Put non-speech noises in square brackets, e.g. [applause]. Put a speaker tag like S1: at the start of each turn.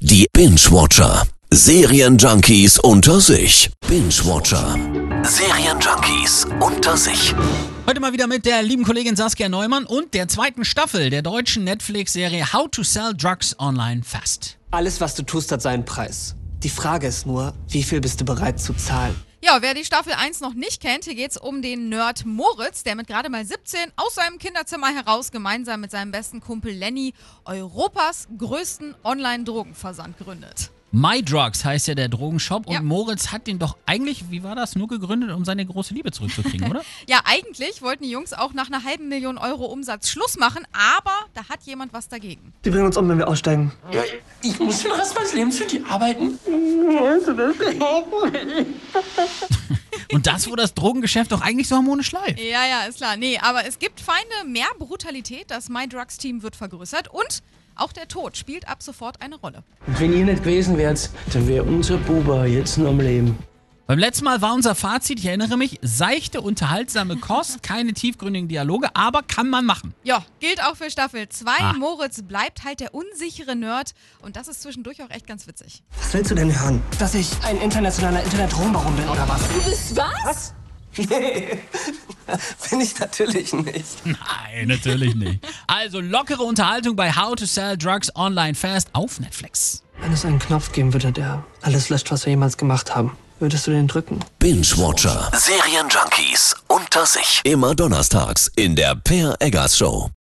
S1: Die Binge-Watcher. Serienjunkies unter sich. Binge-Watcher. Serienjunkies unter sich.
S2: Heute mal wieder mit der lieben Kollegin Saskia Neumann und der zweiten Staffel der deutschen Netflix-Serie How to Sell Drugs Online Fast.
S3: Alles, was du tust, hat seinen Preis. Die Frage ist nur, wie viel bist du bereit zu zahlen?
S4: Ja, wer die Staffel 1 noch nicht kennt, hier geht's um den Nerd Moritz, der mit gerade mal 17 aus seinem Kinderzimmer heraus gemeinsam mit seinem besten Kumpel Lenny Europas größten Online-Drogenversand gründet.
S2: My Drugs heißt ja der Drogenshop und
S4: Ja.
S2: Moritz hat den doch eigentlich, wie war das, nur gegründet, um seine große Liebe zurückzukriegen, [laughs] oder?
S4: Ja, eigentlich wollten die Jungs auch nach einer halben Million Euro Umsatz Schluss machen, aber da hat jemand was dagegen.
S3: Die bringen uns um, wenn wir aussteigen.
S5: Ich muss den Rest meines Lebens für die arbeiten.
S2: Und das, wo das Drogengeschäft doch eigentlich so harmonisch läuft.
S4: Ja, ja, ist klar. Nee, aber es gibt Feinde, mehr Brutalität, das My Drugs Team wird vergrößert und auch der Tod spielt ab sofort eine Rolle.
S5: Und wenn ihr nicht gewesen wärt, dann wäre unser Buba jetzt noch am Leben.
S2: Beim letzten Mal war unser Fazit, ich erinnere mich, seichte, unterhaltsame Kost, [laughs] keine tiefgründigen Dialoge, aber kann man machen.
S4: Ja, gilt auch für Staffel 2.
S2: Ah.
S4: Moritz bleibt halt der unsichere Nerd und das ist zwischendurch auch echt ganz witzig.
S3: Was willst du denn hören? Dass ich ein internationaler Internet-Rumbarum bin oder was? Du bist was? Nee, [laughs] bin ich natürlich nicht.
S2: [laughs] Nein, natürlich nicht. Also lockere Unterhaltung bei How to Sell Drugs Online Fast auf Netflix.
S3: Wenn es einen Knopf geben würde, der alles löscht, was wir jemals gemacht haben, würdest du den drücken?
S1: Binge-Watcher. Serienjunkies unter sich. Immer donnerstags in der Per Eggers Show.